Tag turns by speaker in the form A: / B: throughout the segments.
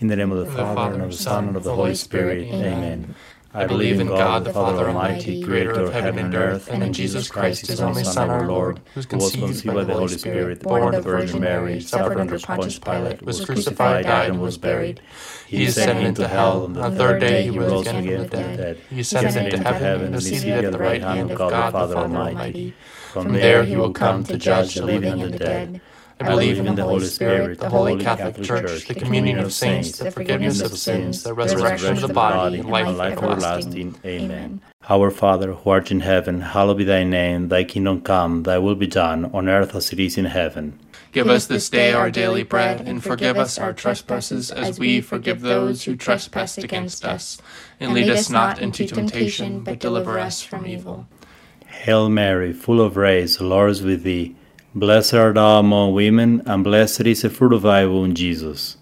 A: In the name of the Father, and of the Son, and of the Holy Spirit. Amen. I believe in God, the Father Almighty, creator of heaven and earth, and in Jesus Christ, his only Son, our Lord, who was conceived by the Holy Spirit, born of the Virgin Mary, suffered under Pontius Pilate, was crucified, died, and was buried. He ascended into hell, and the third day he rose again from the dead. He ascended into heaven, and is seated at the right hand of God, the Father Almighty. From there he will come to judge the living and the dead. I believe in the Holy Spirit, the Holy Catholic Church, the communion of saints, the forgiveness of sins, the resurrection of the body, and life everlasting. Amen. Our Father, who art in heaven, hallowed be thy name. Thy kingdom come, thy will be done, on earth as it is in heaven.
B: Give us this day our daily bread, and forgive us our trespasses, as we forgive those who trespass against us. And lead us not into temptation, but deliver us from evil.
A: Hail Mary, full of grace, the Lord is with thee. Blessed art thou among women, and blessed is the fruit of thy womb, Jesus.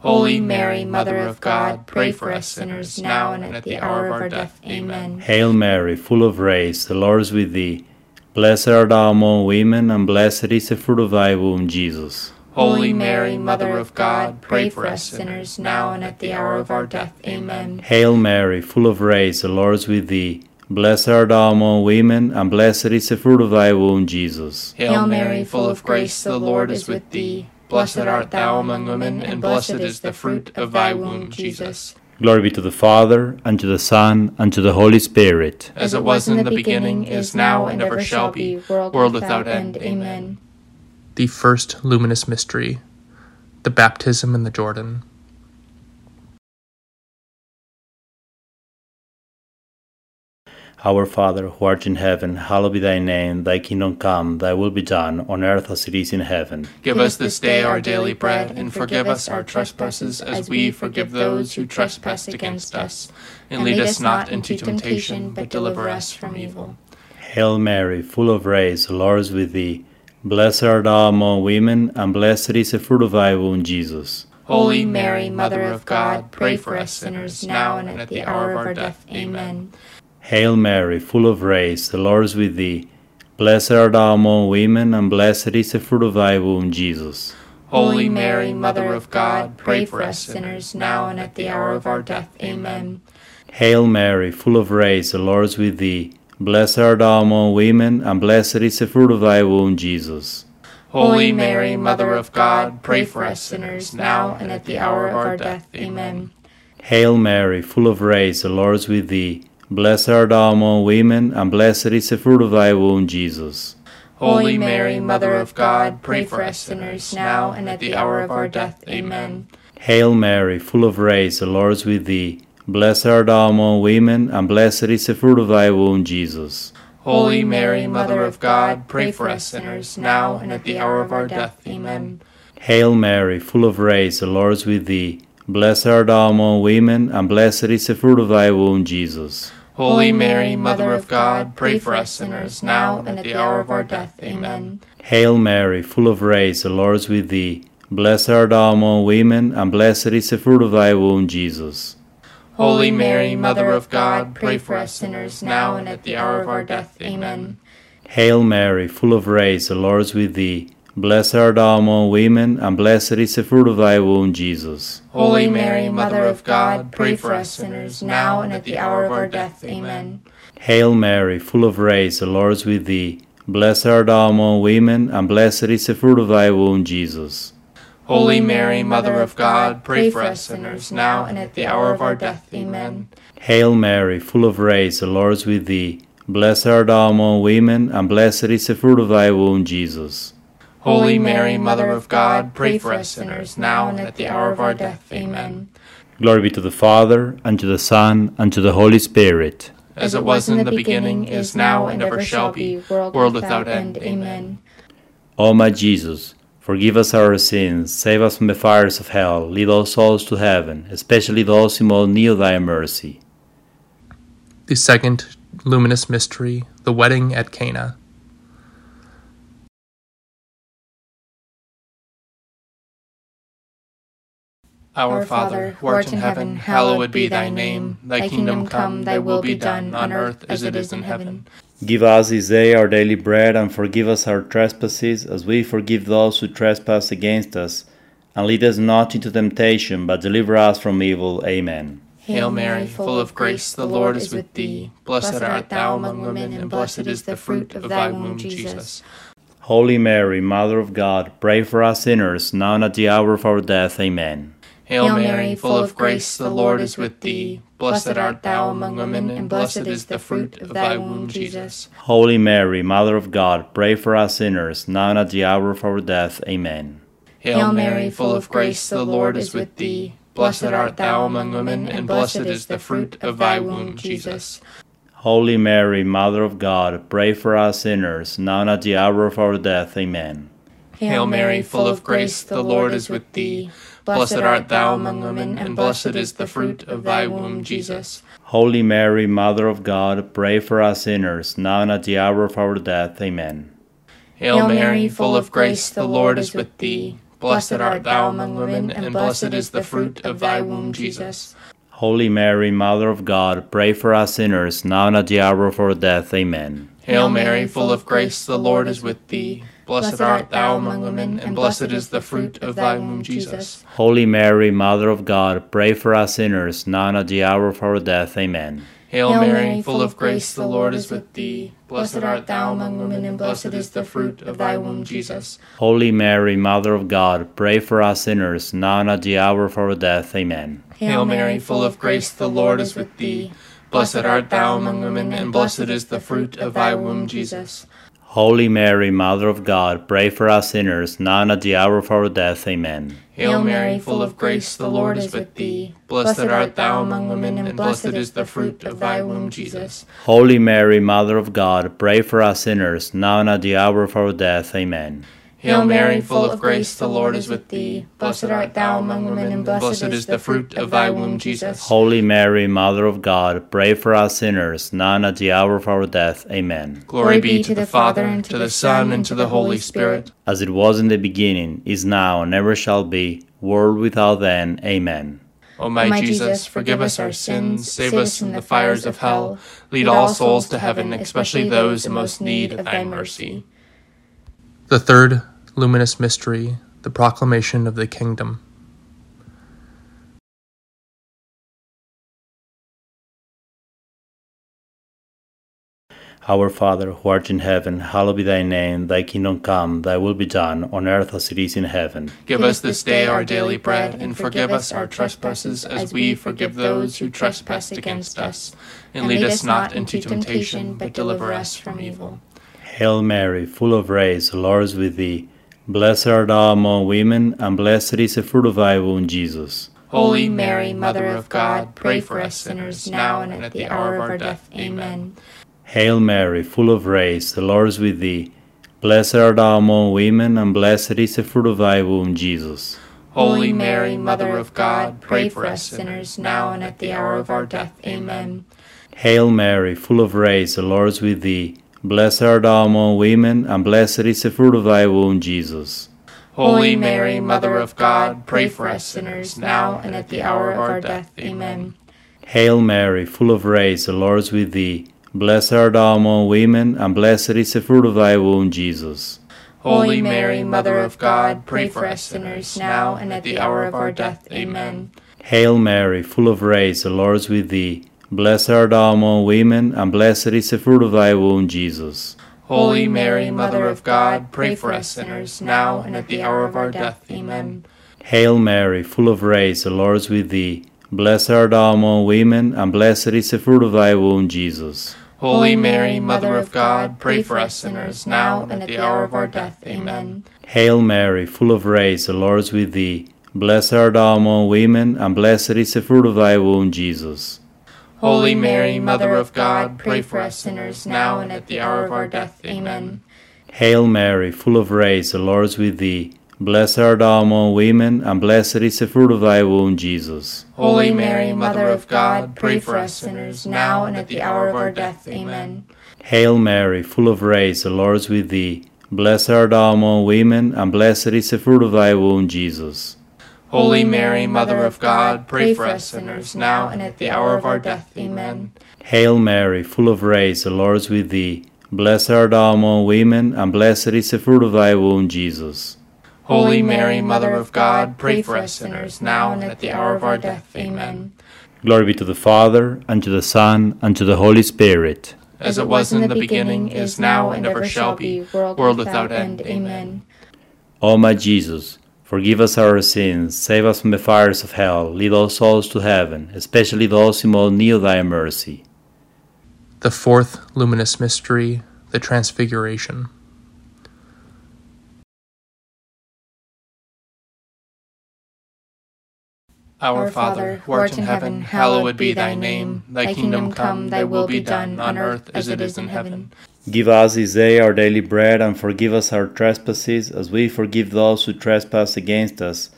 B: Holy Mary, Mother of God, pray for us sinners now and at the hour of our death. Amen.
A: Hail Mary, full of grace, the Lord is with thee. Blessed art thou among women, and blessed is the fruit of thy womb, Jesus.
B: Holy Mary, Mother of God, pray for us sinners now and at the hour of our death. Amen.
A: Hail Mary, full of grace, the Lord is with thee. Blessed art thou among women, and blessed is the fruit of thy womb, Jesus.
B: Hail Mary, full of grace, the Lord is with thee. Blessed art thou among women, and blessed is the fruit of thy womb, Jesus.
A: Glory be to the Father, and to the Son, and to the Holy Spirit.
B: As it was in the beginning, is now, and ever shall be, world without end. Amen. The first luminous mystery, the baptism in the Jordan.
A: Our Father, who art in heaven, hallowed be thy name. Thy kingdom come, thy will be done, on earth as it is in heaven.
B: Give us this day our daily bread, and forgive us our trespasses, as we forgive those who trespass against us. And lead us not into temptation, but deliver us from evil.
A: Hail Mary, full of grace, the Lord is with thee. Blessed art thou among women, and blessed is the fruit of thy womb, Jesus.
B: Holy Mary, Mother of God, pray for us sinners, now and at the hour of our death. Amen.
A: Hail Mary, full of grace, the Lord is with thee. Blessed art thou among women, and blessed is the fruit of thy womb, Jesus.
B: Holy Mary, Mother of God, pray for us sinners, now and at the hour of our death. Amen.
A: Hail Mary, full of grace, the Lord is with thee. Blessed art thou among women, and blessed is the fruit of thy womb, Jesus.
B: Holy Mary, Mother of God, pray for us sinners, now and at the hour of our death. Amen.
A: Hail Mary, full of grace, the Lord is with thee. Blessed art thou among women, and blessed is the fruit of thy womb, Jesus.
B: Holy Mary, Mother of God, pray for us sinners, now and at the hour of our death. Amen.
A: Hail Mary, full of grace, the Lord is with thee. Blessed art thou among women, and blessed is the fruit of thy womb, Jesus.
B: Holy Mary, Mother of God, pray for us sinners, now and at the hour of our death. Amen.
A: Hail Mary, full of grace, the Lord is with thee. Blessed art thou among women, and blessed is the fruit of thy womb, Jesus.
B: Holy Mary, Mother of God, pray for us sinners, now and at the hour of our death. Amen.
A: Hail Mary, full of grace, the Lord is with thee. Blessed art thou among women, and blessed is the fruit of thy womb, Jesus.
B: Holy Mary, Mother of God, pray for us sinners, now and at the hour of our death. Amen.
A: Hail Mary, full of grace, the Lord is with thee. Blessed art thou among women, and blessed is the fruit of thy womb, Jesus.
B: Holy Mary, Mother of God, pray for us sinners, now and at the hour of our death. Amen.
A: Hail Mary, full of grace, the Lord is with thee. Blessed art thou among women, and blessed is the fruit of thy womb, Jesus.
B: Holy Mary, Mother of God, pray for us sinners, now and at the hour of our death. Amen.
A: Hail Mary, full of grace, the Lord is with thee. Blessed art thou among women, and blessed is the fruit of thy womb, Jesus.
B: Holy Mary, Mother of God, pray for us sinners, now and at the hour of our death. Amen.
A: Glory be to the Father, and to the Son, and to the Holy Spirit.
B: As it was in the beginning, is now, and ever shall be, world without end. Amen.
A: O my Jesus, forgive us our sins, save us from the fires of hell, lead all souls to heaven, especially those who most need thy mercy.
B: The second luminous mystery, the wedding at Cana. Our Father, who art in heaven, hallowed be thy name. Thy kingdom come, thy will be done, on earth as it is in heaven.
A: Give us this day our daily bread, and forgive us our trespasses, as we forgive those who trespass against us. And lead us not into temptation, but deliver us from evil. Amen.
B: Hail Mary, full of grace, the Lord is with thee. Blessed art thou among women, and blessed is the fruit of thy womb, Jesus.
A: Holy Mary, Mother of God, pray for us sinners, now and at the hour of our death. Amen.
B: Hail Mary, full of grace, the Lord is with thee. Blessed art thou among women, and blessed is the fruit of thy womb, Jesus.
A: Holy Mary, Mother of God, pray for us sinners, now and at the hour of our death. Amen.
B: Hail Mary, full of grace, the Lord is with thee. Blessed art thou among women, and blessed is the fruit of thy womb, Jesus.
A: Holy Mary, Mother of God, pray for us sinners, now and at the hour of our death. Amen.
B: Hail Mary, full of grace, the Lord is with thee. Blessed art thou among women, and blessed is the fruit of thy womb, Jesus.
A: Holy Mary, Mother of God, pray for us sinners, now and at the hour of our death. Amen.
B: Hail Mary, full of grace, the Lord is with thee. Blessed art thou among women, and blessed is the fruit of thy womb, Jesus.
A: Holy Mary, Mother of God, pray for us sinners, now and at the hour of our death. Amen.
B: Hail Mary, full of grace, the Lord is with thee. Blessed art thou among women, and blessed is the fruit of thy womb, Jesus.
A: Holy Mary, Mother of God, pray for us sinners, now and at the hour of our death. Amen.
B: Hail Mary, full of grace, the Lord is with thee. Blessed art thou among women, and blessed is the fruit of thy womb, Jesus.
A: Holy Mary, Mother of God, pray for us sinners, now and at the hour of our death. Amen.
B: Hail Mary, full of grace, the Lord is with thee. Blessed art thou among women, and blessed is the fruit of thy womb, Jesus.
A: Holy Mary, Mother of God, pray for us sinners, now and at the hour of our death. Amen.
B: Hail Mary, full of grace, the Lord is with thee. Blessed art thou among women, and blessed is the fruit of thy womb, Jesus.
A: Holy Mary, Mother of God, pray for us sinners, now and at the hour of our death. Amen.
B: Hail Mary, full of grace, the Lord is with thee. Blessed art thou among women, and blessed is the fruit of thy womb, Jesus.
A: Holy Mary, Mother of God, pray for us sinners, now and at the hour of our death. Amen.
B: Glory be to the Father, and to the Son, and to the Holy Spirit.
A: As it was in the beginning, is now, and ever shall be, world without end. Amen.
B: O my Jesus, forgive us our sins, save us from the fires of hell, lead all souls to heaven, especially those in most need of thy mercy. The third luminous mystery, the proclamation of the kingdom.
A: Our Father, who art in heaven, hallowed be thy name. Thy kingdom come, thy will be done, on earth as it is in heaven.
B: Give us this day our daily bread, and forgive us our trespasses, as we forgive those who trespass against us. And lead us not into temptation, but deliver us from evil.
A: Hail Mary, full of grace, the Lord is with thee. Blessed art thou among women, and blessed is the fruit of thy womb, Jesus.
B: Holy Mary, Mother of God, pray for us sinners now and at the hour of our death. Amen.
A: Hail Mary, full of grace, the Lord is with thee. Blessed art thou among women, and blessed is the fruit of thy womb, Jesus.
B: Holy Mary, Mother of God, pray for us sinners now and at the hour of our death. Amen.
A: Hail Mary, full of grace, the Lord is with thee. Blessed art thou among women, and blessed is the fruit of thy womb, Jesus.
B: Holy Mary, Mother of God, pray for us sinners, now and at the hour of our death. Amen.
A: Hail Mary, full of grace, the Lord is with thee. Blessed art thou among women, and blessed is the fruit of thy womb, Jesus.
B: Holy Mary, Mother of God, pray for us sinners, now and at the hour of our death. Amen.
A: Hail Mary, full of grace, the Lord is with thee. Blessed art thou among women, and blessed is the fruit of thy womb, Jesus.
B: Holy Mary, Mother of God, pray for us sinners, now and at the hour of our death. Amen.
A: Hail Mary, full of grace, the Lord is with thee. Blessed art thou among women, and blessed is the fruit of thy womb, Jesus.
B: Holy Mary, Mother of God, pray for us sinners, now and at the hour of our death. Amen.
A: Hail Mary, full of grace, the Lord is with thee. Blessed art thou among women, and blessed is the fruit of thy womb, Jesus.
B: Holy Mary, Mother of God, pray for us sinners now and at the hour of our death. Amen.
A: Hail Mary, full of grace, the Lord is with thee. Blessed art thou among women, and blessed is the fruit of thy womb, Jesus.
B: Holy Mary, Mother of God, pray for us sinners now and at the hour of our death. Amen.
A: Hail Mary, full of grace, the Lord is with thee. Blessed art thou among women, and blessed is the fruit of thy womb, Jesus.
B: Holy Mary, Mother of God, pray for us sinners, now and at the hour of our death. Amen.
A: Hail Mary, full of grace, the Lord is with thee. Blessed art thou among women, and blessed is the fruit of thy womb, Jesus.
B: Holy Mary, Mother of God, pray for us sinners now and at the hour of our death. Amen.
A: Glory be to the Father, and to the Son, and to the Holy Spirit.
B: As it was in the beginning, is now, and ever shall be, world without end. Amen.
A: O my Jesus, forgive us our sins, save us from the fires of hell, lead all souls to heaven, especially those who most need thy mercy.
B: The fourth luminous mystery, the Transfiguration. Our Father, who art in heaven, hallowed be thy name. Thy kingdom come, thy will be done, on earth as it is in heaven.
A: Give us this day our daily bread, and forgive us our trespasses, as we forgive those who trespass against us.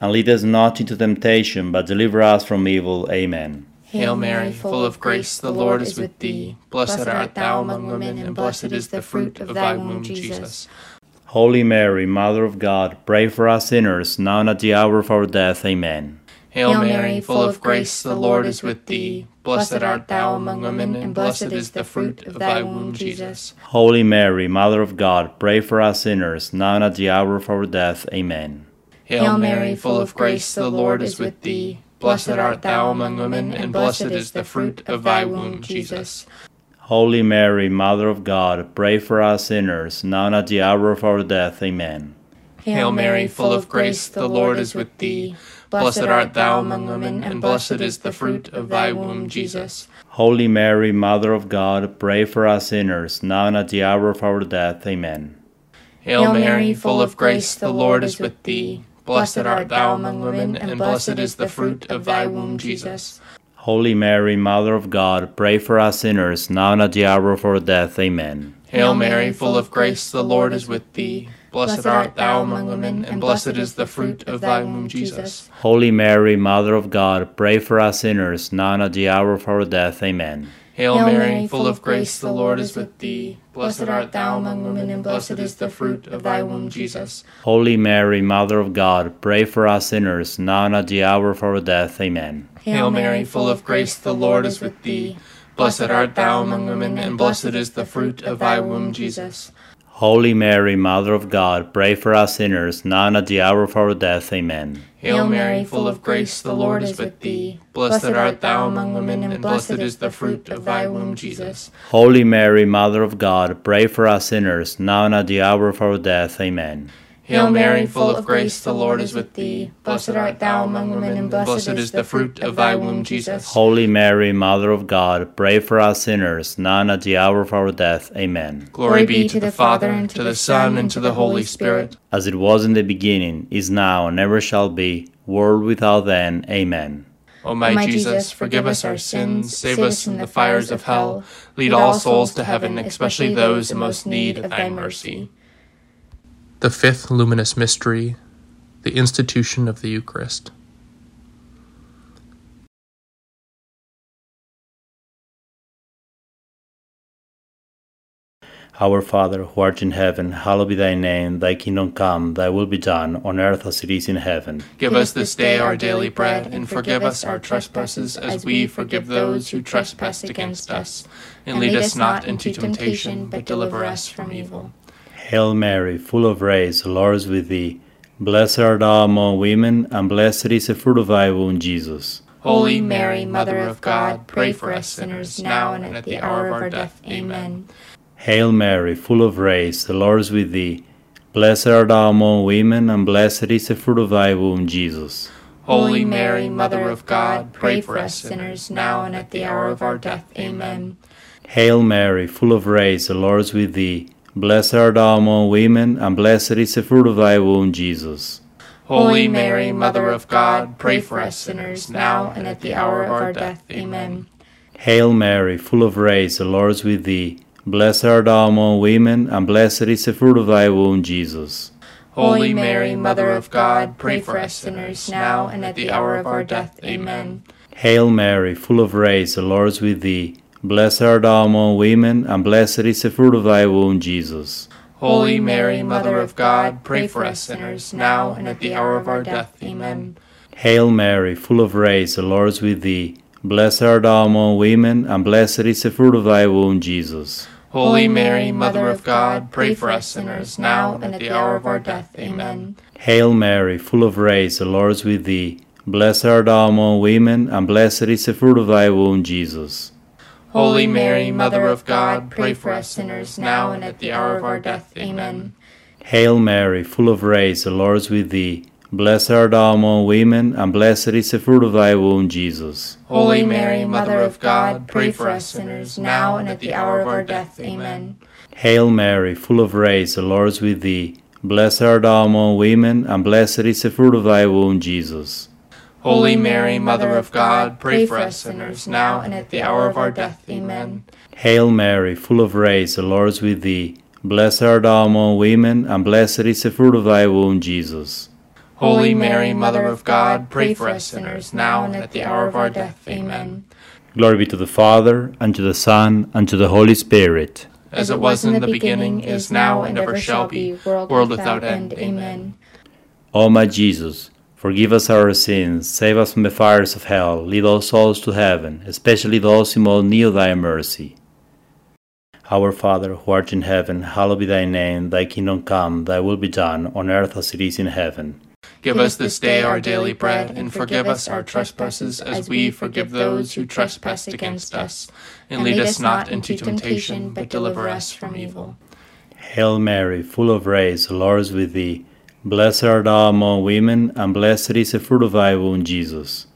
A: And lead us not into temptation, but deliver us from evil. Amen.
B: Hail Mary, full of grace, the Lord is with thee. Blessed art thou among women, and blessed is the fruit of thy womb, Jesus.
A: Holy Mary, Mother of God, pray for us sinners, now and at the hour of our death. Amen.
B: Hail Mary, full of grace, the Lord is with thee. Blessed art thou among women, and blessed is the fruit of thy womb, Jesus.
A: Holy Mary, Mother of God, pray for us sinners, now and at the hour of our death. Amen.
B: Hail Mary, full of grace, the Lord is with thee. Blessed art thou among women, and blessed is the fruit of thy womb, Jesus.
A: Holy Mary, Mother of God, pray for us sinners, now and at the hour of our death. Amen.
B: Hail Mary, full of grace, the Lord is with thee. Blessed art thou among women, and blessed is the fruit of thy womb, Jesus.
A: Holy Mary, Mother of God, pray for us sinners, now and at the hour of our death. Amen.
B: Hail Mary, full of grace, the Lord is with thee. Blessed art thou among women, and blessed is the fruit of thy womb, Jesus.
A: Holy Mary, Mother of God, pray for us sinners, now and at the hour of our death. Amen.
B: Hail Mary, full of grace, the Lord is with thee. Blessed art thou among women, and blessed is the fruit of thy womb, Jesus.
A: Holy Mary, Mother of God, pray for us sinners, now and at the hour of our death. Amen.
B: Hail Mary, full of grace, the Lord is with thee. Blessed art thou among women, and blessed is the fruit of thy womb, Jesus.
A: Holy Mary, Mother of God, pray for us sinners, now and at the hour of our death. Amen.
B: Hail Mary, full of grace, the Lord is with thee. Blessed art thou among women, and blessed is the fruit of thy womb, Jesus.
A: Holy Mary, Mother of God, pray for us sinners, now and at the hour of our death. Amen.
B: Hail Mary, full of grace, the Lord is with thee. Blessed art thou among women, and blessed is the fruit of thy womb, Jesus.
A: Holy Mary, Mother of God, pray for us sinners, now and at the hour of our death. Amen.
B: Hail Mary, full of grace, the Lord is with thee. Blessed art thou among women, and blessed is the fruit of thy womb, Jesus.
A: Holy Mary, Mother of God, pray for us sinners, now and at the hour of our death. Amen.
B: Glory be to the Father, and to the Son, and to the Holy Spirit.
A: As it was in the beginning, is now, and ever shall be, world without end. Amen.
B: O my Jesus, forgive us our sins, save us from the fires of hell, lead all souls to heaven, especially those in most need of thy mercy. The fifth luminous mystery, the institution of the Eucharist.
A: Our Father, who art in heaven, hallowed be thy name. Thy kingdom come, thy will be done, on earth as it is in heaven.
B: Give us this day our daily bread, and forgive us our trespasses, as we forgive those who trespass against us. And lead us not into temptation, but deliver us from evil.
A: Hail Mary, full of grace, the Lord is with thee. Blessed art thou among women, and blessed is the fruit of thy womb, Jesus.
B: Holy Mary, Mother of God, pray for us sinners, now and at the hour of our death. Amen.
A: Hail Mary, full of grace, the Lord is with thee. Blessed art thou among women, and blessed is the fruit of thy womb, Jesus.
B: Holy Mary, Mother of God, pray for us sinners, now and at the hour of our death. Amen.
A: Hail Mary, full of grace, the Lord is with thee. Blessed art thou among women, and blessed is the fruit of thy womb, Jesus.
B: Holy Mary, Mother of God, pray for us sinners, now and at the hour of our death. Amen.
A: Hail Mary, full of grace, the Lord is with thee. Blessed art thou among women, and blessed is the fruit of thy womb, Jesus.
B: Holy Mary, Mother of God, pray for us sinners, now and at the hour of our death. Amen.
A: Hail Mary, full of grace, the Lord is with thee. Blessed art thou among women, and blessed is the fruit of thy womb, Jesus.
B: Holy Mary, Mother of God, pray for us sinners, now and at the hour of our death. Amen.
A: Hail Mary, full of grace, the Lord is with thee. Blessed art thou among women, and blessed is the fruit of thy womb, Jesus.
B: Holy Mary, Mother of God, pray for us sinners, now and at the hour of our death. Amen.
A: Hail Mary, full of grace, the Lord is with thee. Blessed art thou among women, and blessed is the fruit of thy womb, Jesus.
B: Holy Mary, Mother of God, pray for us sinners now and at the hour of our death. Amen.
A: Hail Mary, full of grace, the Lord is with thee. Blessed art thou among women, and blessed is the fruit of thy womb, Jesus.
B: Holy Mary, Mother of God, pray for us sinners, now and at the hour of our death. Amen.
A: Hail Mary, full of grace, the Lord is with thee. Blessed art thou among women, and blessed is the fruit of thy womb, Jesus.
B: Holy Mary, Mother of God, pray for us sinners, now and at the hour of our death. Amen.
A: Hail Mary, full of grace, the Lord is with thee. Blessed art thou among women, and blessed is the fruit of thy womb, Jesus.
B: Holy Mary, Mother of God, pray for us sinners, now and at the hour of our death. Amen.
A: Glory be to the Father, and to the Son, and to the Holy Spirit.
B: As it was in the beginning, is now, and ever shall be, world without end. Amen.
A: O my Jesus, forgive us our sins, save us from the fires of hell, lead all souls to heaven, especially those in most need of thy mercy. Our Father, who art in heaven, hallowed be thy name, thy kingdom come, thy will be done, on earth as it is in heaven.
B: Give us this day our daily bread, and forgive us our trespasses, as we forgive those who trespass against us. And lead us not into temptation, but deliver us from evil.
A: Hail Mary, full of grace, the Lord is with thee. Blessed art thou among women, and blessed is the fruit of thy womb, Jesus.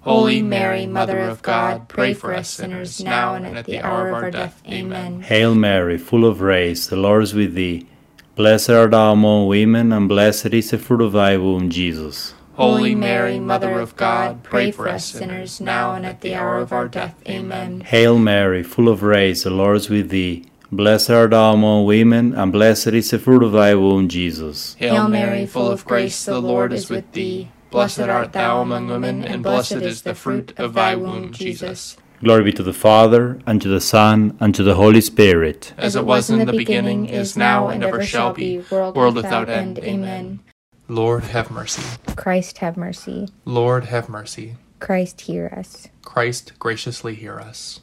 B: Holy Mary, Mother of God, pray for us sinners, now and at the hour of our death. Amen.
A: Hail Mary, full of grace, the Lord is with thee. Blessed art thou among women, and blessed is the fruit of thy womb, Jesus.
B: Holy Mary, Mother of God, pray for us sinners, now and at the hour of our death. Amen.
A: Hail Mary, full of grace, the Lord is with thee. Blessed art thou among women, and blessed is the fruit of thy womb, Jesus.
B: Hail Mary, full of grace, the Lord is with thee. Blessed art thou among women, and blessed is the fruit of thy womb, Jesus.
A: Glory be to the Father, and to the Son, and to the Holy Spirit.
B: As it was in the beginning, is now, and ever shall be, world without end. Amen. Lord, have mercy.
C: Christ, have mercy.
B: Lord, have mercy.
C: Christ, hear us.
B: Christ, graciously hear us.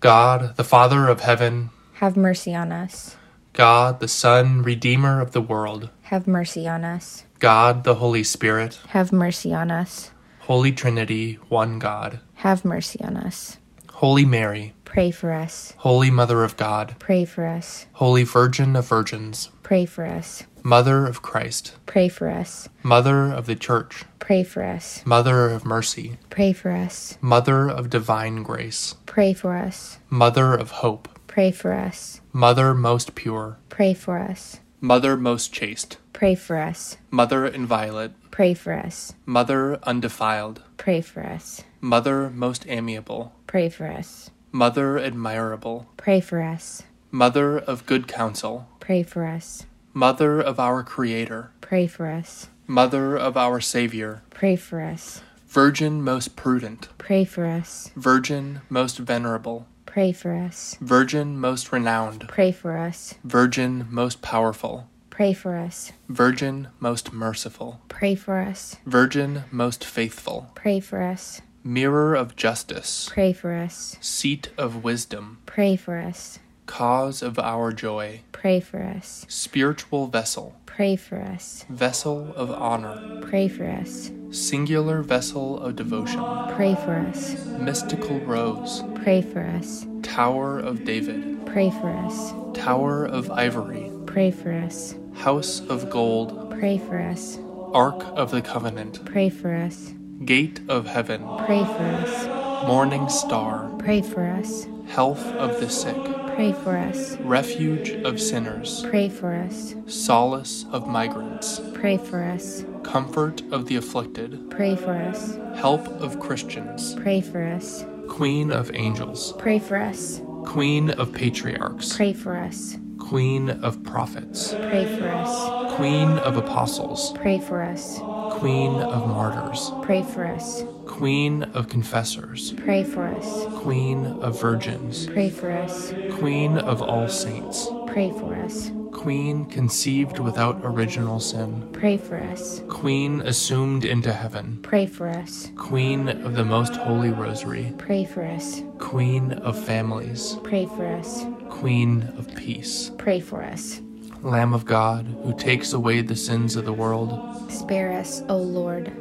B: God, the Father of heaven,
C: have mercy on us.
B: God, the Son, Redeemer of the world,
C: have mercy on us.
B: God, the Holy Spirit,
C: have mercy on us.
B: Holy Trinity, one God,
C: have mercy on us.
B: Holy Mary,
C: pray for us.
B: Holy Mother of God,
C: pray for us.
B: Holy Virgin of Virgins,
C: pray for us.
B: Mother of Christ,
C: pray for us.
B: Mother of the Church,
C: pray for us.
B: Mother of Mercy,
C: pray for us.
B: Mother of Divine Grace,
C: pray for us.
B: Mother of Hope,
C: pray for us.
B: Mother most pure,
C: pray for us.
B: Mother most chaste,
C: pray for us.
B: Mother inviolate,
C: pray for us.
B: Mother undefiled,
C: pray for us.
B: Mother most amiable,
C: pray for us.
B: Mother admirable,
C: pray for us.
B: Mother of good counsel,
C: pray for us.
B: Mother of our Creator,
C: pray for us.
B: Mother of our Savior,
C: pray for us.
B: Virgin most prudent,
C: pray for us.
B: Virgin most venerable,
C: pray for us.
B: Virgin most renowned,
C: pray for us.
B: Virgin most powerful,
C: pray for us.
B: Virgin most merciful,
C: pray for us.
B: Virgin most faithful,
C: pray for us.
B: Mirror of justice,
C: pray for us.
B: Seat of wisdom,
C: pray for us.
B: Cause of our joy,
C: pray for us.
B: Spiritual vessel,
C: pray for us.
B: Vessel of honor,
C: pray for us.
B: Singular vessel of devotion,
C: pray for us.
B: Mystical rose,
C: pray for us.
B: Tower of David,
C: pray for us.
B: Tower of ivory,
C: pray for us.
B: House of gold,
C: pray for us.
B: Ark of the covenant,
C: pray for us.
B: Gate of heaven,
C: pray for us.
B: Morning star,
C: pray for us.
B: Health of the sick,
C: Pray for us.
B: Refuge of sinners.
C: Pray for us.
B: Solace of migrants.
C: Pray for us.
B: Comfort of the afflicted.
C: Pray for us.
B: Help of Christians.
C: Pray for us.
B: Queen of angels.
C: Pray for us.
B: Queen of patriarchs.
C: Pray for us.
B: Queen of prophets.
C: Pray for us.
B: Queen of apostles.
C: Pray for us.
B: Queen of martyrs.
C: Pray for us.
B: Queen of confessors.
C: Pray for us.
B: Queen of virgins.
C: Pray for us.
B: Queen of all saints.
C: Pray for us.
B: Queen conceived without original sin.
C: Pray for us.
B: Queen assumed into heaven.
C: Pray for us.
B: Queen of the most holy rosary.
C: Pray for us.
B: Queen of families.
C: Pray for us.
B: Queen of peace.
C: Pray for us.
B: Lamb of God, who takes away the sins of the world,
C: Spare us, O Lord.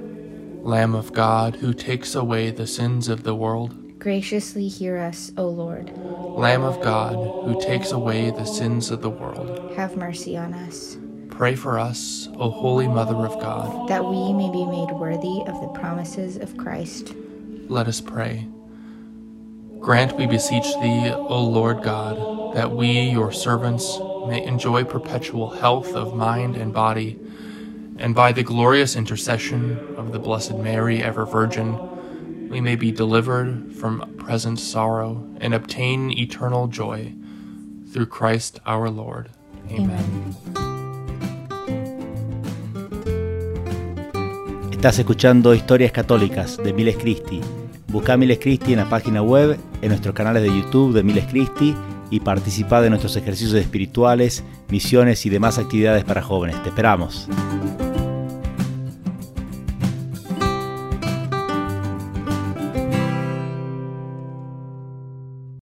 B: Lamb of God, who takes away the sins of the world,
C: Graciously hear us, O Lord.
B: Lamb of God, who takes away the sins of the world,
C: Have mercy on us,
B: pray for us, O Holy Mother of God.
C: that we may be made worthy of the promises of Christ.
B: Let us pray. Grant, we beseech thee, O Lord God, that we, your servants, may enjoy perpetual health of mind and body, and by the glorious intercession of the Blessed Mary, ever Virgin, we may be delivered from present sorrow and obtain eternal joy through Christ our Lord. Amen.
D: Estás escuchando Historias Católicas de Miles Christi. Busca Miles Christi en la página web, en nuestros canales de YouTube de Miles Christi y participa de nuestros ejercicios espirituales, misiones y demás actividades para jóvenes. Te esperamos.